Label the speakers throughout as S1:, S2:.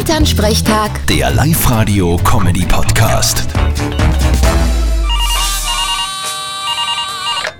S1: Elternsprechtag,
S2: Der Live-Radio-Comedy-Podcast.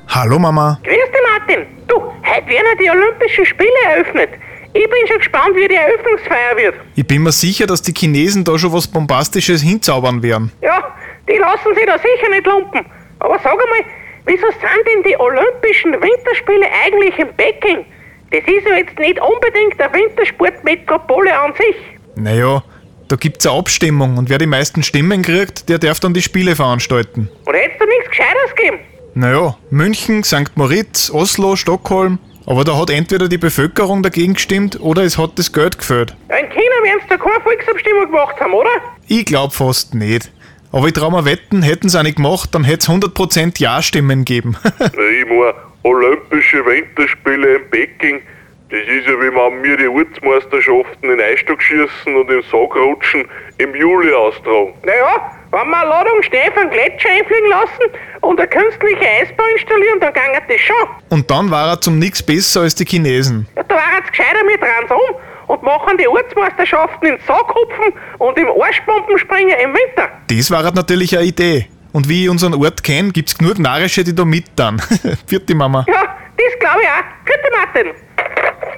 S3: Hallo Mama.
S4: Grüß dich, Martin. Du, heute werden ja die Olympischen Spiele eröffnet. Ich bin schon gespannt, wie die Eröffnungsfeier wird.
S3: Ich bin mir sicher, dass die Chinesen da schon was Bombastisches hinzaubern werden.
S4: Ja, die lassen sich da sicher nicht lumpen. Aber sag einmal, wieso sind denn die Olympischen Winterspiele eigentlich in Peking? Das ist ja jetzt nicht unbedingt eine Wintersportmetropole an sich.
S3: Naja, da gibt's eine Abstimmung und wer die meisten Stimmen kriegt, der darf dann die Spiele veranstalten.
S4: Oder hättest du nichts Gescheites gegeben?
S3: Naja, München, St. Moritz, Oslo, Stockholm. Aber da hat entweder die Bevölkerung dagegen gestimmt oder es hat das Geld gefällt.
S4: Ja, In China werden sie da keine Volksabstimmung gemacht haben, oder?
S3: Ich glaub fast nicht. Aber ich trau mir wetten, hätten sie auch nicht gemacht, dann hätt's 100% Ja-Stimmen gegeben.
S5: Ich meine, Olympische Winterspiele in Peking, das ist ja wie wenn wir die Ortsmeisterschaften in Eistock schießen und im Sack rutschen, im Juli austragen.
S4: Naja, wenn wir eine Ladung Schnee vom Gletscher einfliegen lassen und eine künstliche Eisbahn installieren, dann ginge das schon.
S3: Und dann war er zum nix besser als die Chinesen.
S4: Ja, da waren jetzt gescheiter, wir drehen um und machen die Ortsmeisterschaften in Sackhupfen und im Arschbombenspringen im Winter.
S3: Das war natürlich eine Idee. Und wie ich unseren Ort kenne, gibt's genug Narische, die da mit dann. Vierte Mama.
S4: Ja, das glaube ich auch. Gute Martin.